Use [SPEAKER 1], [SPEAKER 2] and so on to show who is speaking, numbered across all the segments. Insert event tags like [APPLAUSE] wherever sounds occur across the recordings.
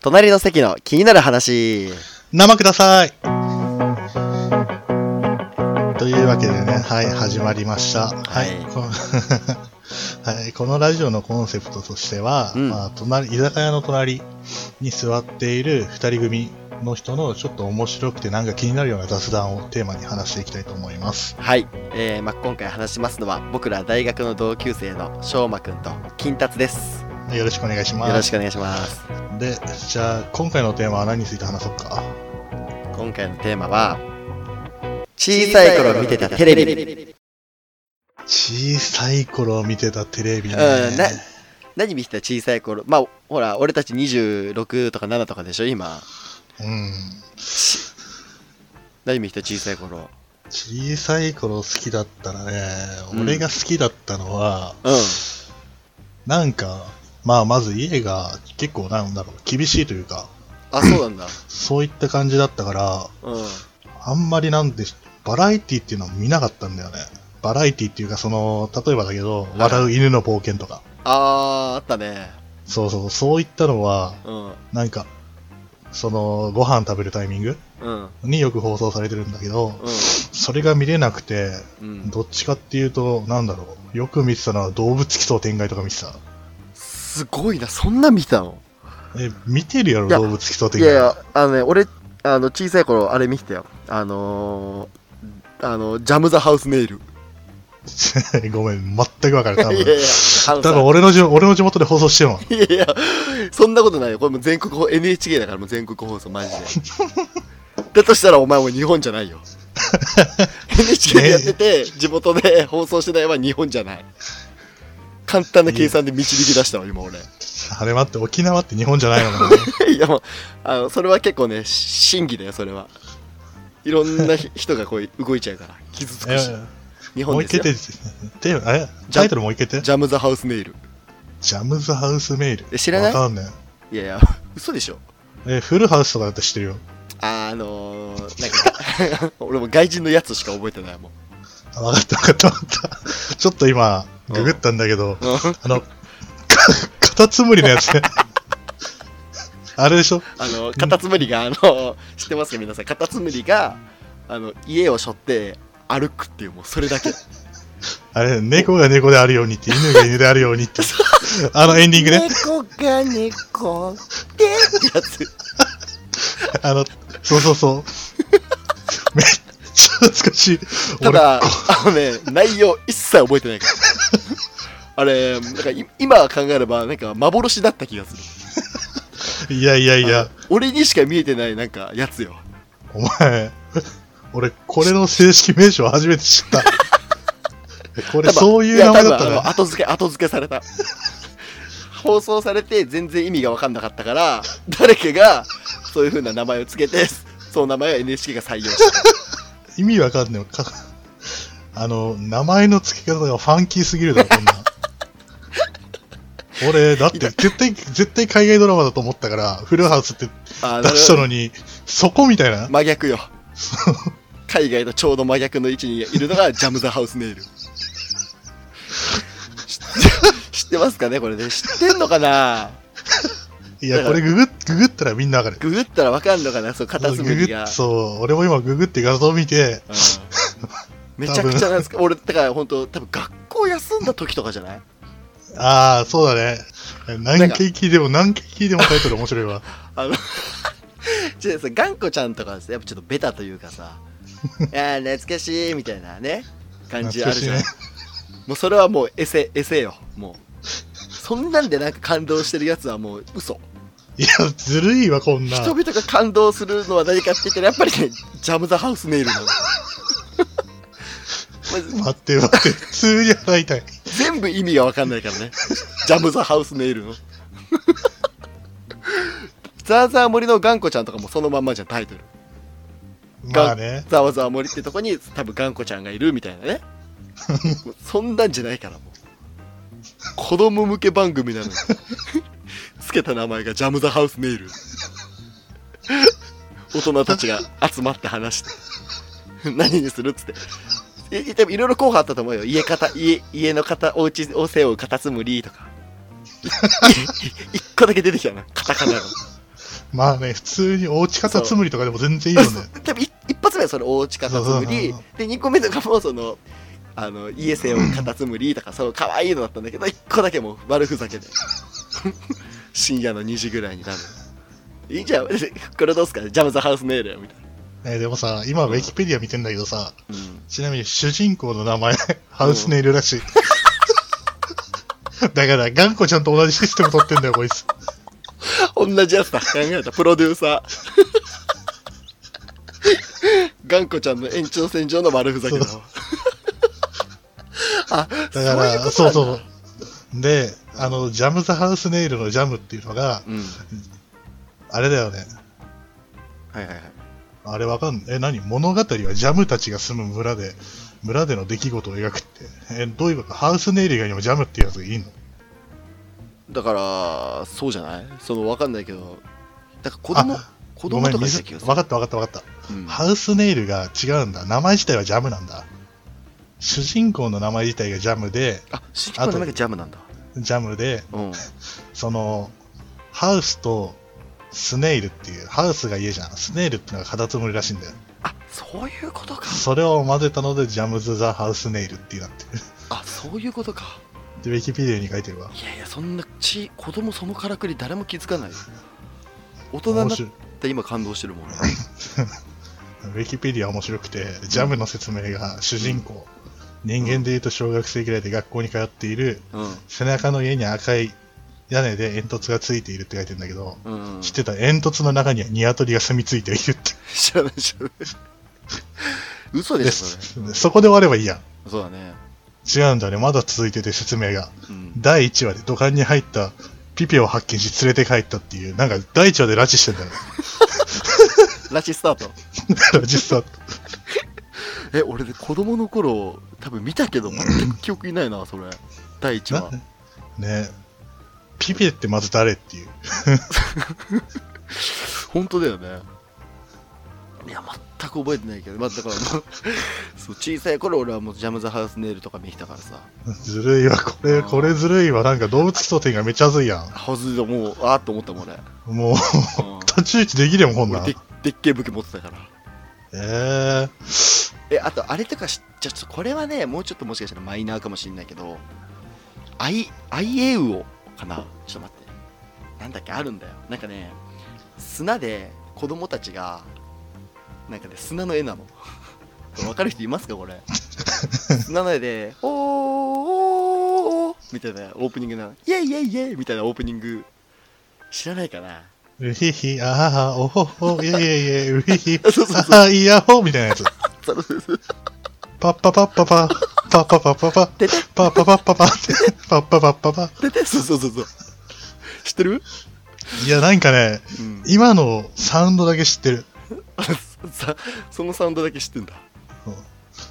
[SPEAKER 1] 隣の席の気になる話。
[SPEAKER 2] 生くださいというわけでね、はい、始まりました。は
[SPEAKER 1] は
[SPEAKER 2] い。
[SPEAKER 1] い
[SPEAKER 2] こ [LAUGHS] はい、このラジオのコンセプトとしては、
[SPEAKER 1] うん
[SPEAKER 2] まあ、隣、居酒屋の隣に座っている二人組の人のちょっと面白くてなんか気になるような雑談をテーマに話していきたいと思います。
[SPEAKER 1] はい。えー、まあ、今回話しますのは、僕ら大学の同級生の翔馬くんと金達です。
[SPEAKER 2] よろしくお願いします。
[SPEAKER 1] よろしくお願いします。
[SPEAKER 2] で、じゃあ、今回のテーマは何について話そうか。
[SPEAKER 1] 今回のテーマは、小さい頃見てたテレビ。
[SPEAKER 2] 小さい頃見てたテレビね。
[SPEAKER 1] うんな何見てた小さい頃まあ、ほら、俺たち26とか7とかでしょ、今。
[SPEAKER 2] うん。
[SPEAKER 1] 何見てた小さい頃。
[SPEAKER 2] 小さい頃好きだったらね、
[SPEAKER 1] うん
[SPEAKER 2] 俺が好きだったのは、
[SPEAKER 1] うん。
[SPEAKER 2] なんか、まあまず家が結構なんだろう、厳しいというか、
[SPEAKER 1] あ、そうなんだ。
[SPEAKER 2] そういった感じだったから、
[SPEAKER 1] うん。
[SPEAKER 2] あんまりなんで、バラエティっていうのを見なかったんだよね。バラエティっていうか、その、例えばだけど、
[SPEAKER 1] い
[SPEAKER 2] 笑う犬の冒険とか、
[SPEAKER 1] あー、あったね。
[SPEAKER 2] そうそう、そういったのは、
[SPEAKER 1] うん。
[SPEAKER 2] なんか、その、ご飯食べるタイミング
[SPEAKER 1] うん。
[SPEAKER 2] によく放送されてるんだけど、
[SPEAKER 1] うん。
[SPEAKER 2] それが見れなくて、
[SPEAKER 1] うん、
[SPEAKER 2] どっちかっていうと、なんだろう、よく見てたのは動物奇想天外とか見てた。
[SPEAKER 1] すごいな、そんな見たの
[SPEAKER 2] え、見てるやろ、
[SPEAKER 1] いや
[SPEAKER 2] 動物奇想
[SPEAKER 1] い
[SPEAKER 2] 天
[SPEAKER 1] や
[SPEAKER 2] 外。
[SPEAKER 1] いや、あのね、俺、あの小さい頃、あれ見てたよ。あのー、あの、ジャム・ザ・ハウス・ネイル。
[SPEAKER 2] [LAUGHS] ごめん、全くわかる、多
[SPEAKER 1] いやいや
[SPEAKER 2] 分。、
[SPEAKER 1] あの
[SPEAKER 2] 多分
[SPEAKER 1] さ
[SPEAKER 2] 俺の地俺の地元で放送してるもん。
[SPEAKER 1] いやいや、そんなことないよ。これもう全国放 NHK だから、もう全国放送、
[SPEAKER 2] [LAUGHS]
[SPEAKER 1] マジで。だとしたら、お前もう日本じゃないよ。NHK でやってて、地元で放送してないは日本じゃない。簡単な計算で導き出したわ、今俺。
[SPEAKER 2] あれ待って、沖縄って日本じゃないのか
[SPEAKER 1] [LAUGHS]
[SPEAKER 2] な。
[SPEAKER 1] いやもうあのそれは結構ね真偽だよそれはいろんなひ人がこう動いちゃうから傷つくし
[SPEAKER 2] え
[SPEAKER 1] 日本
[SPEAKER 2] もう
[SPEAKER 1] です
[SPEAKER 2] 一回
[SPEAKER 1] よ
[SPEAKER 2] 言って、テーマえタイトルもう一回言って。
[SPEAKER 1] ジャム・ザ・ハウス・ネイル
[SPEAKER 2] ジャムズハウスメール。
[SPEAKER 1] え知らない
[SPEAKER 2] わかんね
[SPEAKER 1] いやいや嘘でしょ
[SPEAKER 2] え。え、フルハウスとかだって知ってるよ。
[SPEAKER 1] あのー、なんか [LAUGHS] 俺も外人のやつしか覚えてないもん
[SPEAKER 2] あわかったわかったわかった。 [LAUGHS] ちょっと今、ググったんだけど、
[SPEAKER 1] あ
[SPEAKER 2] あの、か [LAUGHS] カタツムリの
[SPEAKER 1] [LAUGHS]
[SPEAKER 2] やつね。あれでしょ
[SPEAKER 1] のカタツムリがあの知ってますか皆さんカタツムリがあの家を背負って歩くっていうもうそれ [LAUGHS] だけ
[SPEAKER 2] あれ、猫が猫であるようにって、犬が犬であるようにって。あのエンディングね。
[SPEAKER 1] 猫が猫でってやつ
[SPEAKER 2] あの、そうそうそう。 [LAUGHS] めっちゃ懐かしい。
[SPEAKER 1] た
[SPEAKER 2] 俺、
[SPEAKER 1] だ、あのね、内容一切覚えてないから。あれ、なんかい今考えれば、なんか幻だった気がする。
[SPEAKER 2] いやいやいや、
[SPEAKER 1] 俺にしか見えてない、なんか、やつよ。
[SPEAKER 2] お前、俺、これの正式名称初めて知 [LAUGHS] った。これ、
[SPEAKER 1] 多分
[SPEAKER 2] そういう名前だっ
[SPEAKER 1] や多分あの
[SPEAKER 2] た
[SPEAKER 1] 後付け、後付けされ
[SPEAKER 2] [LAUGHS]
[SPEAKER 1] た。放送されて、全然意味が分かんなかったから、誰かが、そういう風な名前を付けて、その名前を NHK が採用した。
[SPEAKER 2] ら。意味わかんねえか。あの、名前の付け方がファンキーすぎるだろ、 [LAUGHS] こんなん。俺、だって、絶対、絶対海外ドラマだと思ったから、フルハウスって
[SPEAKER 1] あ
[SPEAKER 2] 出したのに、そこみたいな。
[SPEAKER 1] 真逆
[SPEAKER 2] [LAUGHS]
[SPEAKER 1] よ。海外とちょうど真逆の位置にいるのがジャム・ザ・ハウス・ネイル。知って知ってますかねこれね。知ってんのかない
[SPEAKER 2] や、これググっ、ググったらみんなわかる。
[SPEAKER 1] ググったらわかんのかなそう、カタツムリ
[SPEAKER 2] ググ
[SPEAKER 1] が
[SPEAKER 2] っ。そう、俺も今ググって画像見て、
[SPEAKER 1] うんめちゃくちゃなんですか俺、だから本当、多分学校休んだ時とかじゃない
[SPEAKER 2] ああ、そうだね。何回聞いても何回聞いてもタイトル面白いわ。
[SPEAKER 1] あの、ちょっとさ、ガンコちゃんとかはさやっぱちょっとベタというかさ、いやー、懐かしいみたいなね、 [LAUGHS] 感じあるじゃん。
[SPEAKER 2] 懐
[SPEAKER 1] もうそれはもうエセ、エセよ、もう。そんなんでなんか感動してるやつはもう嘘。
[SPEAKER 2] いや、ずるいわ、こんな。
[SPEAKER 1] 人々が感動するのは何かって言ったら、やっぱりね、ジャム・ザ・ハウス・ネイルなの。ま
[SPEAKER 2] 待って待って、普通に
[SPEAKER 1] [LAUGHS]
[SPEAKER 2] 払いたい。
[SPEAKER 1] 全部意味が分かんないからね。ジャム・ザ・ハウス・ネイルの。ザーザー森のガンコちゃんとかもそのまんまじゃん、タイトル。
[SPEAKER 2] まあね。
[SPEAKER 1] ざわざわ森ってとこに多分頑固ちゃんがいるみたいな
[SPEAKER 2] [LAUGHS]
[SPEAKER 1] ねもうそんなんじゃないからもう子供向け番組なのにつけた名前がジャム・ザ・ハウス・ネイル大人たちが集まって話して何にするっつっていい多分いろいろ候補あったと思うよ家方家家の方お家を背負うカタツムリとか一個だけ出てきたなカタカナの
[SPEAKER 2] まあね、普通におうち方つむりとかでも全然いいよね。
[SPEAKER 1] [LAUGHS] 多分い一発目はそれ大内カタツムリ
[SPEAKER 2] そうそう
[SPEAKER 1] で2個目とかもそのあの家背負うカタツムリとかそう可愛いのだったんだけど1個だけもう悪ふざけで [LAUGHS] 深夜の2時ぐらいに多分いいじゃん [LAUGHS] これどうすかジャム・ザ・ハウス・メールやみたいな、
[SPEAKER 2] えでもさ、今ウィキペディア見てんだけどさ、
[SPEAKER 1] うん、
[SPEAKER 2] ちなみに主人公の名前、ハウスネイル
[SPEAKER 1] [LAUGHS]
[SPEAKER 2] らしい。だから、ガンコちゃんと同じシステム取ってんだよ、こいつ。
[SPEAKER 1] 同じやつだ考えたプロデューサー [LAUGHS] 頑固ちゃんの延長線上の悪ふざけだ
[SPEAKER 2] そう
[SPEAKER 1] あ
[SPEAKER 2] だから、
[SPEAKER 1] そ
[SPEAKER 2] そう
[SPEAKER 1] いううことなんだ
[SPEAKER 2] そうで、あの、ジャム・ザ・ハウスネイルのジャムっていうのが、
[SPEAKER 1] うん
[SPEAKER 2] あれだよね。
[SPEAKER 1] はいはいはい
[SPEAKER 2] あれわかんえ、何物語はジャムたちが住む村で、村での出来事を描くって。え、どういうことハウスネイル以外にもジャムっていうやつがいいの
[SPEAKER 1] だからそうじゃないそのわかんないけどだから子供
[SPEAKER 2] あ
[SPEAKER 1] 子
[SPEAKER 2] ご
[SPEAKER 1] 供
[SPEAKER 2] め
[SPEAKER 1] と
[SPEAKER 2] ん、
[SPEAKER 1] かし
[SPEAKER 2] 水
[SPEAKER 1] た気がする
[SPEAKER 2] わかったわかったわかった。
[SPEAKER 1] うん
[SPEAKER 2] ハウスネイルが違うんだ。名前自体はジャムなんだ。主人公の名前自体がジャムで、
[SPEAKER 1] あシリコンの中ジャムなんだ
[SPEAKER 2] ジャムで、
[SPEAKER 1] うん
[SPEAKER 2] その、ハウスとスネイルっていう、ハウスが家じゃん。スネイルっていうのがカタツムリらしいんだよ。
[SPEAKER 1] あそういうことか
[SPEAKER 2] それを混ぜたので、ジャムズ・ザ・ハウスネイルってなってる。
[SPEAKER 1] あそういうことか
[SPEAKER 2] で、ウィキペディアに書いてるわ。
[SPEAKER 1] いやいやそんなち子供そのからくり誰も気づかないよ大人に
[SPEAKER 2] 面
[SPEAKER 1] なっ
[SPEAKER 2] 白い
[SPEAKER 1] て今感動してるもんね
[SPEAKER 2] ウィキペディア面白くて、ジャムの説明が主人公。人間で言うと小学生ぐらいで学校に通っている、
[SPEAKER 1] う
[SPEAKER 2] 背中の家に赤い屋根で煙突がついているって書いてるんだけど、
[SPEAKER 1] ん、うんうん、
[SPEAKER 2] 知ってた煙突の中にはニワトリが住み着いているって。
[SPEAKER 1] 知らない知らない嘘で
[SPEAKER 2] で
[SPEAKER 1] しょそれ
[SPEAKER 2] そこで終わればいいやん。
[SPEAKER 1] そうだね
[SPEAKER 2] 違うんだね。まだ続いてて説明が。
[SPEAKER 1] うん
[SPEAKER 2] 第1話で土管に入ったピピを発見し連れて帰ったっていう、なんか第1話で拉致してんだよ。 [LAUGHS]
[SPEAKER 1] ラチスタート
[SPEAKER 2] だから実は、
[SPEAKER 1] え俺ね子供の頃多分見たけど全く記憶いないなそれ第1話
[SPEAKER 2] なねピピってまず誰っていう。
[SPEAKER 1] 本当だよねいや全く覚えてないけどまあだ [LAUGHS] からもうそう小さい頃俺はもうジャム・ザ・ハウス・ネイルとか見てたからさ
[SPEAKER 2] ずるいわ、これ、これずるいわ。なんか動物基礎点がめちゃずいやん。
[SPEAKER 1] ハウスでもう [LAUGHS] あーっと思ったもん俺、
[SPEAKER 2] もう、
[SPEAKER 1] う
[SPEAKER 2] [LAUGHS] 立ち位置できるよ、こん
[SPEAKER 1] ん、
[SPEAKER 2] な
[SPEAKER 1] 俺
[SPEAKER 2] ん。
[SPEAKER 1] で
[SPEAKER 2] え
[SPEAKER 1] でっけえ武器持ってたから
[SPEAKER 2] えー、
[SPEAKER 1] えあとあれとかしじゃちょっとこれはねもうちょっともしかしたらマイナーかもしれないけどアイアイエウオかなちょっと待ってなんだっけあるんだよなんかね砂で子供たちがなんかね砂の絵なの [LAUGHS] わかる人いますかこれ砂の絵で「おーおーおーみたいなオープニングなの「イェイイェイイェイ」みたいなオープニング知らないかな
[SPEAKER 2] うひひ、あはは、おほほ、いえい
[SPEAKER 1] [LAUGHS]
[SPEAKER 2] えいえ、うひひ、
[SPEAKER 1] そうそうそう
[SPEAKER 2] あはは、いやほ、みたいなやつ。
[SPEAKER 1] そうそうそう
[SPEAKER 2] パッパパッパパ、パッパパッパパ、
[SPEAKER 1] でで
[SPEAKER 2] パッパパッパパって、パッパパッパパ。
[SPEAKER 1] ででそうそうそうそう知ってる、
[SPEAKER 2] いや、なんかね、
[SPEAKER 1] うん、
[SPEAKER 2] 今のサウンドだけ知ってる。
[SPEAKER 1] さ [LAUGHS] そのサウンドだけ知ってんだ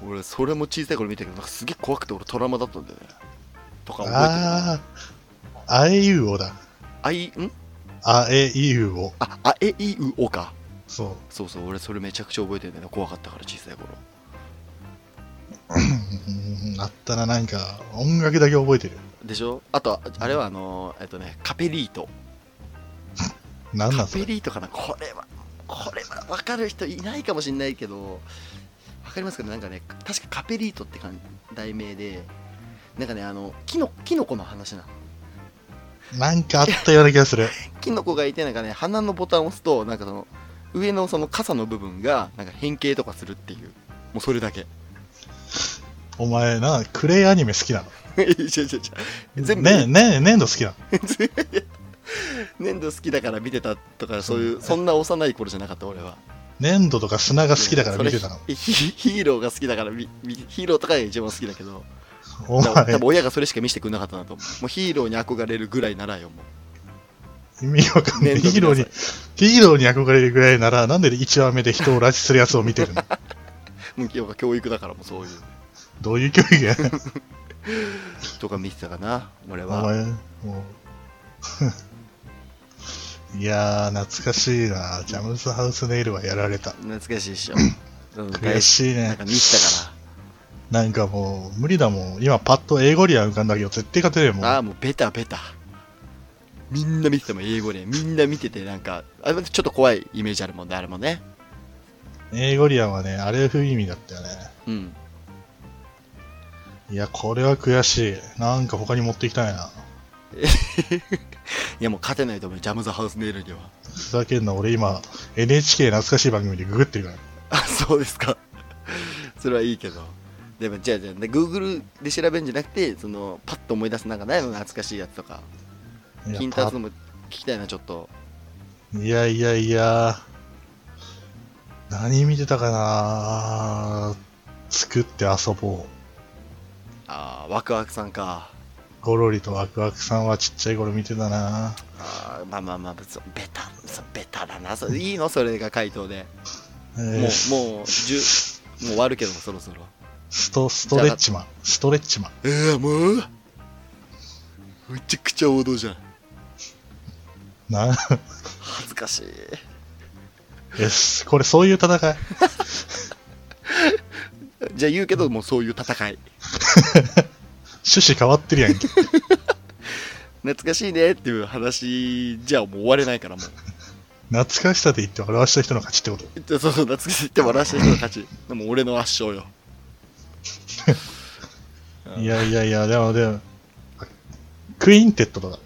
[SPEAKER 2] うん
[SPEAKER 1] 俺それも小さい頃見たけどなんかすげえ怖くて俺トラウマだったんだよねとか覚えてる
[SPEAKER 2] ああ、あえいうおだ。
[SPEAKER 1] あいん
[SPEAKER 2] あえいうお。
[SPEAKER 1] ああえいうおか
[SPEAKER 2] そう。
[SPEAKER 1] そうそう俺それめちゃくちゃ覚えてるんだよね怖かったから小さい頃
[SPEAKER 2] うんあったらなんか、音楽だけ覚えてる。
[SPEAKER 1] でしょあとああれはあのーえっとねカペリート
[SPEAKER 2] なんな
[SPEAKER 1] カ
[SPEAKER 2] んそ
[SPEAKER 1] ペ
[SPEAKER 2] れ
[SPEAKER 1] リートかなこれはこれは分かる人いないかもしんないけど分かりますかねなんかね確かカペリートって感題名でなんかねあのキノキノコの話なの
[SPEAKER 2] なんかあったような気がする。
[SPEAKER 1] キノコがいてなんかね鼻のボタンを押すとなんかその上のその傘の部分がなんか変形とかするっていうもうそれだけ [LAUGHS]
[SPEAKER 2] お前な、クレイアニメ好きなの。
[SPEAKER 1] いやいやいやいや全部、
[SPEAKER 2] ね、ね、粘土好きなの。
[SPEAKER 1] 粘土好きだから見てたとかそういうそんな幼い頃じゃなかった俺は
[SPEAKER 2] 粘土とか砂が好きだから見てたの
[SPEAKER 1] そ。れヒヒヒーローが好きだからみみヒーローとかが一番好きだけど
[SPEAKER 2] お
[SPEAKER 1] 多分、
[SPEAKER 2] 前
[SPEAKER 1] 親がそれしか見せてくれなかったなと思うもうヒーローに憧れるぐらいならよも
[SPEAKER 2] 意味わかんない。
[SPEAKER 1] 粘土
[SPEAKER 2] ヒーローに、ヒーローに憧れるぐらいなら、なんで1話目で人を拉致するやつを見てるの
[SPEAKER 1] うもう要は教育だからもうそういう
[SPEAKER 2] どういう教育や
[SPEAKER 1] とか見てたかな俺
[SPEAKER 2] お
[SPEAKER 1] は
[SPEAKER 2] 前、もう。 [LAUGHS] いやー、懐かしいな。ジャムズハウスネイルはやられた。
[SPEAKER 1] 懐かしいっしょうん
[SPEAKER 2] 悔しい
[SPEAKER 1] なん
[SPEAKER 2] ね
[SPEAKER 1] か。見てたから
[SPEAKER 2] なんかもう、無理だもん。今パッと英語リア浮かんだけど、絶対勝てねえもん。
[SPEAKER 1] ああもうベタベタみんな見てても英語で、みんな見ててなんか、あれちょっと怖いイメージあるもんね、あれもね。
[SPEAKER 2] 英語リアンはね、あれ不意味だったよね。
[SPEAKER 1] うん。
[SPEAKER 2] いや、これは悔しい。なんか他に持っていきたいな。
[SPEAKER 1] いやもう勝てないと思うよ、ジャムズハウスネイルには。
[SPEAKER 2] ふざけんな、俺今、NHK 懐かしい番組でググってるから。
[SPEAKER 1] あ、そうですか。 [LAUGHS] それはいいけど。でも、じゃあ、じゃあ、Google で調べるんじゃなくて、その、パッと思い出すなんかないの懐かしいやつとか。
[SPEAKER 2] いや
[SPEAKER 1] 金達のも聞きたいな、ちょっと。
[SPEAKER 2] いやいやいや。何見てたかな作って遊ぼう。
[SPEAKER 1] ああ、ワクワクさんか。
[SPEAKER 2] ゴロリとワクワクさんはちっちゃい頃見てたな
[SPEAKER 1] あーまあまあまあ、そうベタ、そうベタだな。それいいのそれが回答で。
[SPEAKER 2] え
[SPEAKER 1] も
[SPEAKER 2] ー
[SPEAKER 1] う、もう、じゅもう終わるけども、そろそろ。
[SPEAKER 2] スト、ストレッチマン。ストレッチマン。
[SPEAKER 1] ええもうめちゃくちゃ王道じゃん。
[SPEAKER 2] な [LAUGHS]
[SPEAKER 1] 恥ずかしい。
[SPEAKER 2] よし、これそういう戦い。
[SPEAKER 1] じゃあ言うけど、もうそういう戦い。
[SPEAKER 2] 趣旨変わってるやんけ。
[SPEAKER 1] 懐かしいねっていう話じゃもう終われないから、もう。
[SPEAKER 2] 懐かしさで言って笑わした人の勝ちってこと。
[SPEAKER 1] そうそう、懐かしいって笑わせた人の勝ち。でも俺の圧勝よ。
[SPEAKER 2] いやいやいや、でもでも、クインテットとか。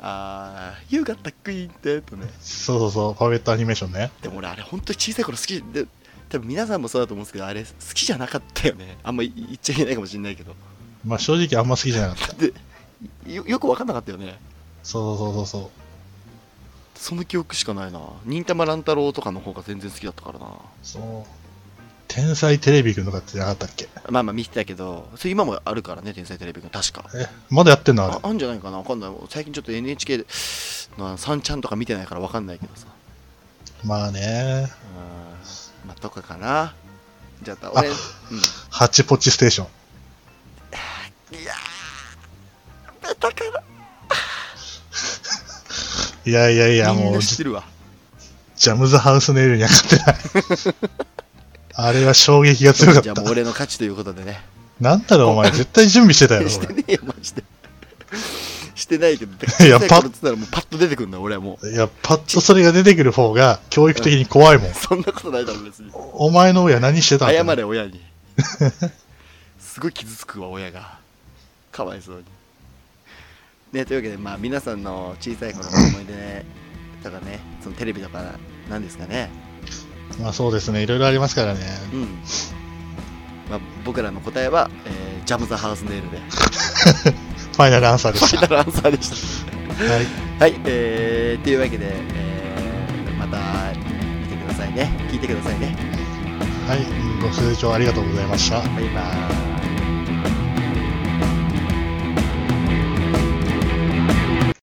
[SPEAKER 1] あー、よかった、クイーンって、とね。
[SPEAKER 2] そうそうそう、パーフェクトアニメーションね。
[SPEAKER 1] でも俺、あれ、本当に小さい頃好きで、多分皆さんもそうだと思うんですけど、あれ、好きじゃなかったよね。あんま言っちゃいけないかもしれないけど。
[SPEAKER 2] まあ正直あんま好きじゃなかった。
[SPEAKER 1] で、よよく分かんなかったよね。
[SPEAKER 2] そうそうそうそう。
[SPEAKER 1] その記憶しかないな。忍たま乱太郎とかの方が全然好きだったからな。
[SPEAKER 2] そう。天才テレビくんとかってなかったっけ
[SPEAKER 1] まあまあ見てたけど、それ今もあるからね、天才テレビくん、確か。
[SPEAKER 2] え、まだやってんのあれ
[SPEAKER 1] あ。あんじゃないかな、わかんない。最近ちょっと NHK で、の3ちゃんとか見てないからわかんないけどさ。
[SPEAKER 2] まあね。
[SPEAKER 1] うんまあ、とかかな。じゃあ、
[SPEAKER 2] あ
[SPEAKER 1] 俺、うん。
[SPEAKER 2] ハッチポッチステーション。
[SPEAKER 1] いやー、ベタかない
[SPEAKER 2] やいやいや、
[SPEAKER 1] みん
[SPEAKER 2] もう
[SPEAKER 1] な、知ってるわ。
[SPEAKER 2] ジャムズハウスネイルには勝てない。 [LAUGHS] あれは衝撃が強かっ
[SPEAKER 1] じ
[SPEAKER 2] た
[SPEAKER 1] ゃあ、。もう俺の勝ちということでね。
[SPEAKER 2] なんだろう、お前、絶対準備してた
[SPEAKER 1] [LAUGHS]
[SPEAKER 2] よ、
[SPEAKER 1] し
[SPEAKER 2] こ
[SPEAKER 1] てねえよ、マジで。してないけど、
[SPEAKER 2] いや
[SPEAKER 1] 小さ
[SPEAKER 2] パッ
[SPEAKER 1] 頃っつったらもうパッと出てくるんだよ、俺はもう。
[SPEAKER 2] れ。いや、パッとそれが出てくる方が、教育的に怖い
[SPEAKER 1] [LAUGHS]
[SPEAKER 2] もん。
[SPEAKER 1] そんなことないだろ、別に。
[SPEAKER 2] お前の親何してたん
[SPEAKER 1] 謝れ、親に。 [LAUGHS] すごい傷つくわ、親が。かわいそうに。ね、というわけで、まあ、皆さんの小さい頃の思い出とかね、そのテレビとか、なんですかね。
[SPEAKER 2] まあそうですね、いろいろありますからね。
[SPEAKER 1] うん。まあ、僕らの答えは、えージャム・ザ・ハウス・ネイルで、フ
[SPEAKER 2] ファイナルアンサーで
[SPEAKER 1] ァ
[SPEAKER 2] し
[SPEAKER 1] イナルアンサーでした。
[SPEAKER 2] た。はい。
[SPEAKER 1] はい、えー、というわけで、えー、また見てくださいね。聞いてくださいね。
[SPEAKER 2] はい、ご清聴ありがとうございました。
[SPEAKER 1] バイバーイ。